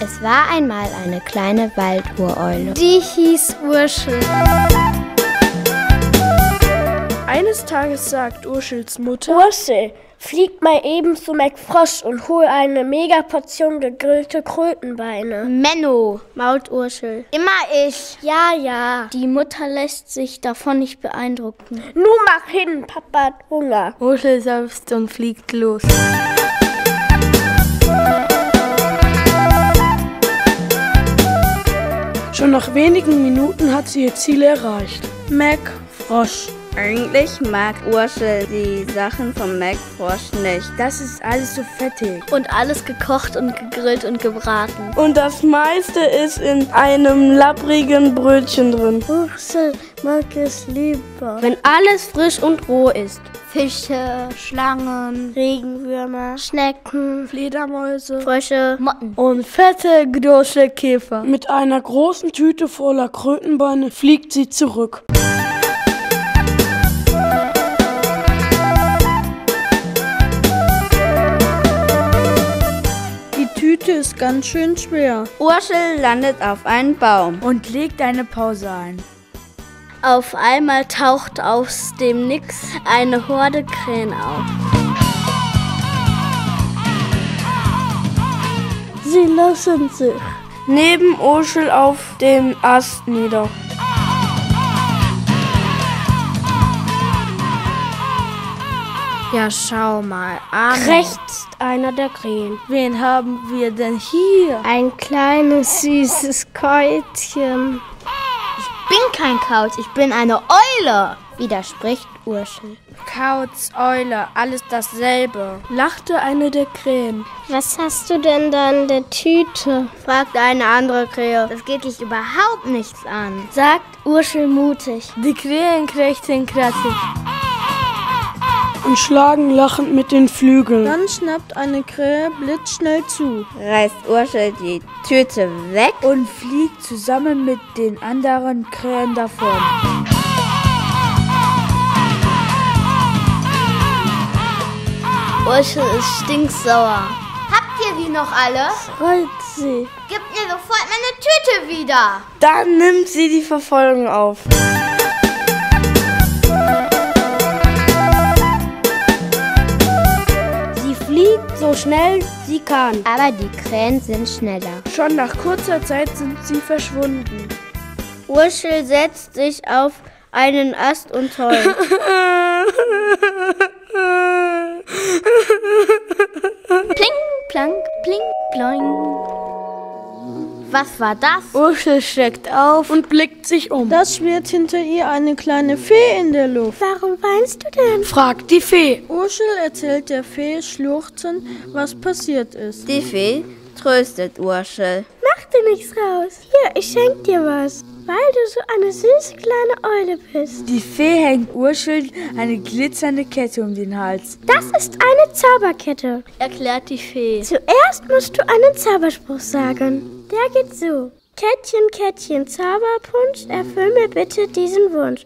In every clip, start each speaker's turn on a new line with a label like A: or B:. A: Es war einmal eine kleine Waldureule. Die hieß Urschel.
B: Eines Tages sagt Urschels Mutter,
C: Ursel, flieg mal eben zu McFrosch und hol eine mega Portion gegrillte Krötenbeine.
A: Menno,
C: Mault Urschel.
A: immer ich.
C: Ja, ja.
A: Die Mutter lässt sich davon nicht beeindrucken.
C: Nun mach hin, Papa hat Hunger.
D: Urschel selbst und fliegt los.
B: schon nach wenigen Minuten hat sie ihr Ziel erreicht. Mac Frosch.
E: Eigentlich mag Ursel die Sachen von Mac Frosch nicht.
B: Das ist alles so fettig.
F: und alles gekocht und gegrillt und gebraten.
G: Und das meiste ist in einem lapprigen Brötchen drin.
C: Ursel mag es lieber.
E: Wenn alles frisch und roh ist.
A: Fische, Schlangen,
C: Regenwürmer.
A: Schnecken,
B: Fledermäuse.
A: Frösche, Motten.
D: Und fette, große Käfer.
B: Mit einer großen Tüte voller Krötenbeine fliegt sie zurück. Die Tüte ist ganz schön schwer.
E: Ursel landet auf einem Baum.
D: Und legt eine Pause ein.
F: Auf einmal taucht aus dem Nix eine Horde Krähen auf.
C: Sie lassen sich.
G: Neben Urschel auf dem Ast nieder.
F: Ja, schau mal an.
C: Rechts einer der Krähen.
D: Wen haben wir denn hier?
C: Ein kleines süßes Käutchen.
A: Bin kein Couch, ich bin eine Eule, widerspricht Urschel.
F: Kauz, Eule, alles dasselbe.
B: Lachte eine der Krähen.
C: Was hast du denn da in der Tüte?
A: Fragt eine andere Krähe. Das geht dich überhaupt nichts an.
F: Sagt Urschel mutig.
D: Die Krähen krächzen kratzig.
B: Und schlagen lachend mit den Flügeln.
D: Dann schnappt eine Krähe blitzschnell zu.
E: Reißt Ursel die Tüte weg.
D: Und fliegt zusammen mit den anderen Krähen davon.
F: Urschel ist stinksauer.
A: Habt ihr die noch alle?
C: Freut sie.
A: Gebt mir sofort meine Tüte wieder.
G: Dann nimmt sie die Verfolgung auf.
E: Sie fliegt so schnell sie kann.
A: Aber die Krähen sind schneller.
B: Schon nach kurzer Zeit sind sie verschwunden.
E: Ursel setzt sich auf einen Ast und heult.
F: Pling, plank, pling, ploing.
A: Was war das?
D: Urschel schreckt auf.
B: Und blickt sich um.
D: Das schwirrt hinter ihr eine kleine Fee in der Luft.
C: Warum weinst du denn?
B: fragt die Fee.
D: Urschel erzählt der Fee schluchzend, was passiert ist.
E: Die Fee tröstet Ursel.
C: Mach dir nichts raus. Hier, ich schenk dir was. Weil du so eine süße kleine Eule bist.
D: Die Fee hängt Urschel eine glitzernde Kette um den Hals.
C: Das ist eine Zauberkette.
F: Erklärt die Fee.
C: Zuerst musst du einen Zauberspruch sagen. Der geht so. Kättchen, Kättchen, Zauberpunsch, erfüll mir bitte diesen Wunsch.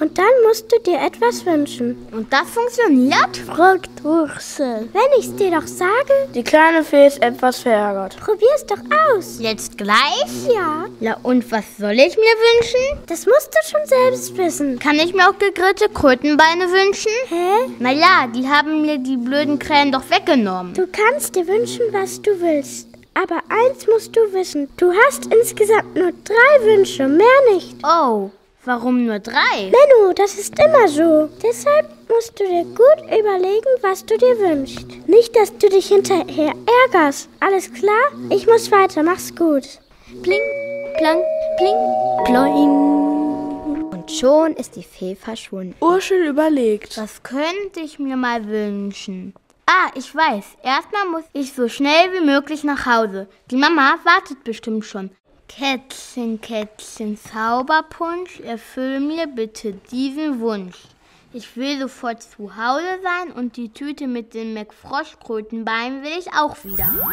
C: Und dann musst du dir etwas wünschen.
A: Und das funktioniert?
C: Fragt Ursel. Wenn ich's dir doch sage,
G: Die kleine Fee ist etwas verärgert.
C: probier's doch aus.
A: Jetzt gleich?
C: Ja,
A: Na und was soll ich mir wünschen?
C: das musst du schon selbst wissen.
A: Kann ich mir auch gegrillte Krötenbeine wünschen?
C: Hä?
A: Na ja, die haben mir die blöden Krähen doch weggenommen.
C: Du kannst dir wünschen, was du willst. Aber eins musst du wissen. Du hast insgesamt nur drei Wünsche, mehr nicht.
A: Oh, warum nur drei?
C: Menno, das ist immer so. Deshalb musst du dir gut überlegen, was du dir wünschst. Nicht, dass du dich hinterher ärgerst. Alles klar? Ich muss weiter. Mach's gut.
F: Pling, plank, pling, ploing.
A: Und schon ist die Fee verschwunden.
B: Urschel überlegt.
A: Was könnte ich mir mal wünschen? Ah, ich weiß. Erstmal muss ich so schnell wie möglich nach Hause. Die Mama wartet bestimmt schon. Kätzchen, Kätzchen, Zauberpunsch, erfüll mir bitte diesen Wunsch. Ich will sofort zu Hause sein und die Tüte mit den McFrosch-Krötenbeinen will ich auch wieder haben.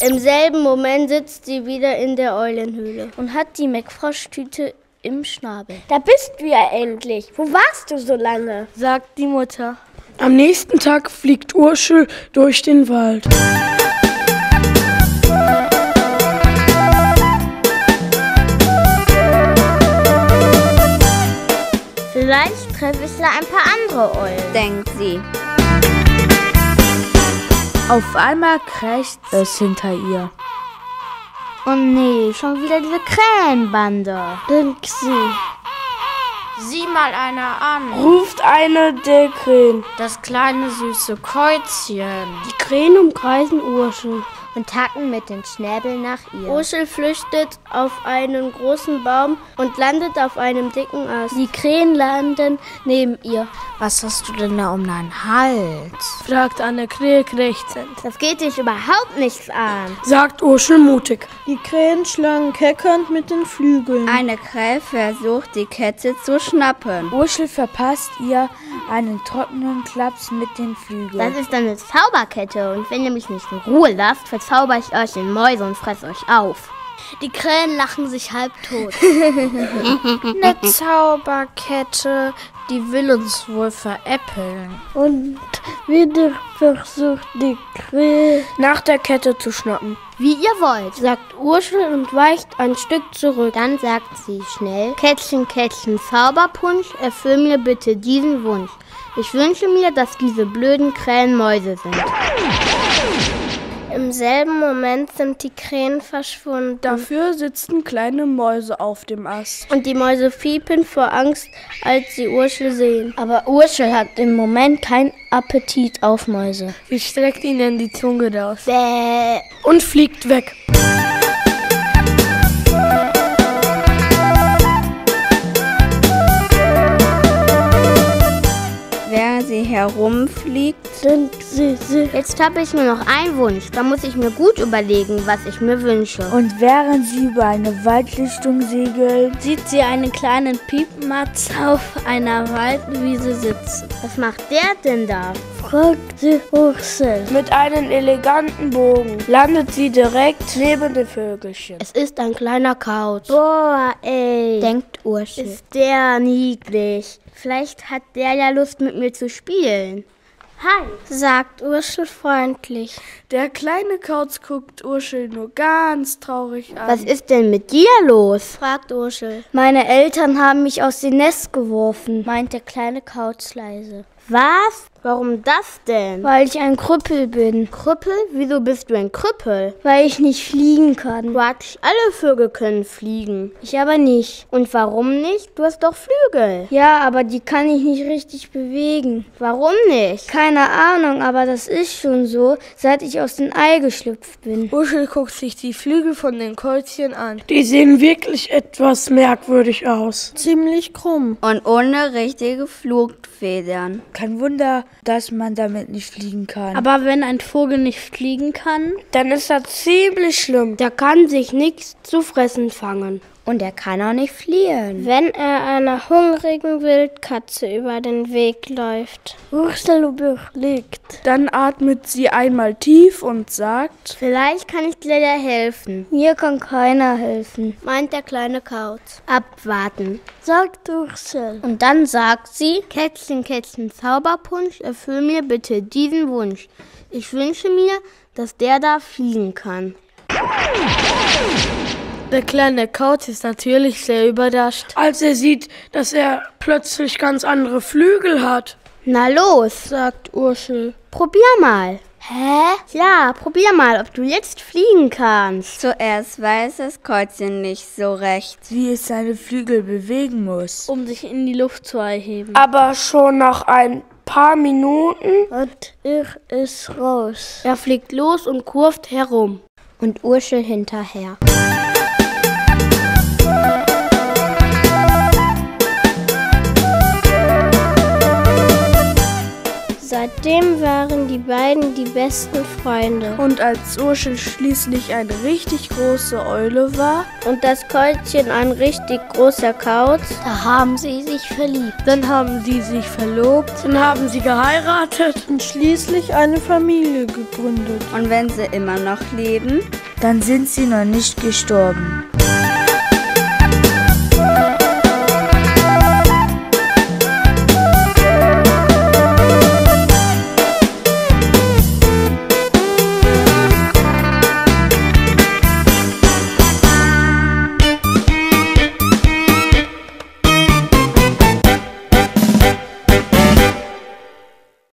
E: Im selben Moment sitzt sie wieder in der Eulenhöhle.
F: Und hat die McFrosch-Tüte im Schnabel.
C: Da bist du ja endlich. Wo warst du so lange?
D: Sagt die Mutter.
B: Am nächsten Tag fliegt Urschel durch den Wald.
A: Vielleicht treffe ich da ein paar andere Eulen.
E: denkt sie.
C: Auf einmal krächzt es hinter ihr.
A: Oh nee, schon wieder diese Krähenbande.
H: denkt sie.
I: Sieh mal einer an.
G: Ruft eine der Krähen.
I: Das kleine süße Käuzchen.
H: Die Krähen umkreisen Ursche.
A: Und tacken mit den Schnäbeln nach ihr.
J: Uschel flüchtet auf einen großen Baum und landet auf einem dicken Ast.
C: Die Krähen landen neben ihr.
I: Was hast du denn da um deinen Hals?
B: fragt eine Krähe krächzend.
A: Das geht dich überhaupt nichts an.
B: Sagt Urschel mutig.
K: Die Krähen schlagen keckernd mit den Flügeln.
E: Eine Krähe versucht, die Kette zu schnappen.
C: Urschel verpasst ihr einen trockenen Klaps mit den Flügeln.
A: Das ist dann eine Zauberkette und wenn ihr mich nicht in Ruhe lasst, verzauber ich euch in Mäuse und fress euch auf.
C: Die Krähen lachen sich halbtot.
I: Eine Zauberkette, die will uns wohl veräppeln.
H: Und wieder versucht die Krähe,
B: Nach der Kette zu schnappen.
A: Wie ihr wollt.
H: sagt Urschel und weicht ein Stück zurück.
A: Dann sagt sie schnell, Kätzchen, Kätzchen, Zauberpunsch, erfüll mir bitte diesen Wunsch. Ich wünsche mir, dass diese blöden Krähen Mäuse sind.
J: Im selben Moment sind die Krähen verschwunden
B: Dafür sitzen kleine Mäuse auf dem Ast.
J: und die Mäuse fiepen vor Angst, als sie Urschel sehen.
C: Aber Urschel hat im Moment keinen Appetit auf Mäuse.
B: Sie streckt ihnen die Zunge raus.
A: Bäh.
B: Und fliegt weg.
E: Während sie herumfliegt,
H: Denkt sie, sie.
A: Jetzt habe ich nur noch einen Wunsch. Da muss ich mir gut überlegen, was ich mir wünsche.
G: Und während sie über eine Waldlichtung segelt,
C: Sieht sie einen kleinen Piepmatz auf einer Waldwiese sitzen.
A: Was macht der denn da?
H: fragt sie Ursel.
G: mit einem eleganten Bogen, landet sie direkt neben den Vögelchen.
H: Es ist ein kleiner Kauz.
A: Boah, ey.
C: Denkt Urschel.
A: Ist der niedlich. Vielleicht hat der ja Lust, mit mir zu spielen. Hi.
J: Sagt Urschel freundlich.
B: Der kleine Kauz guckt Urschel nur ganz traurig an.
A: Was ist denn mit dir los?
J: Fragt Urschel.
C: Meine Eltern haben mich aus dem Nest geworfen, meint der kleine Kauz leise.
A: Was? Warum das denn?
C: Weil ich ein Krüppel bin,
A: Krüppel? Wieso bist du ein Krüppel?
C: weil ich nicht fliegen kann.
A: Quatsch, alle Vögel können fliegen.
C: Ich aber nicht.
A: Und warum nicht? Du hast doch Flügel.
C: Ja, aber die kann ich nicht richtig bewegen.
A: Warum nicht?
C: Keine Ahnung, aber das ist schon so, seit ich aus dem Ei geschlüpft bin.
B: Urschel guckt sich die Flügel von den Käuzchen an.
K: Die sehen wirklich etwas merkwürdig aus. Ziemlich krumm.
E: und ohne richtige Flugfedern.
G: Kein Wunder, dass man damit nicht fliegen kann.
C: Aber wenn ein Vogel nicht fliegen kann,
G: dann ist das ziemlich schlimm.
H: Der kann sich nichts zu fressen fangen.
E: Und er kann auch nicht fliehen.
J: Wenn er einer hungrigen Wildkatze über den Weg läuft.
H: Ursel überlegt.
B: Dann atmet sie einmal tief und sagt,
A: Vielleicht kann ich dir ja helfen.
C: mir kann keiner helfen.
J: Meint der kleine Kauz.
A: Abwarten.
H: Sagt Ursel.
A: Und dann sagt sie, Kätzchen, Kätzchen, Zauberpunsch, erfüll mir bitte diesen Wunsch. Ich wünsche mir, dass der da fliegen kann.
B: der kleine Kauz ist natürlich sehr überrascht, als er sieht, dass er plötzlich ganz andere Flügel hat.
A: Na los,
B: Sagt Urschel.
A: probier mal. Hä? Ja, probier mal, ob du jetzt fliegen kannst.
E: Zuerst weiß das Käuzchen nicht so recht.
G: Wie es seine Flügel bewegen muss.
C: Um sich in die Luft zu erheben.
G: Aber schon nach ein paar Minuten
H: Und er ist raus.
A: Er fliegt los und kurvt herum. Und Urschel hinterher.
J: Seitdem waren die beiden die besten Freunde.
B: Und als Urschel schließlich eine richtig große Eule war,
J: Und das Käuzchen ein richtig großer Kauz.
C: Da haben sie sich verliebt.
B: dann haben sie sich verlobt, dann haben sie geheiratet.
K: Und schließlich eine Familie gegründet.
E: Und wenn sie immer noch leben,
G: dann sind sie noch nicht gestorben.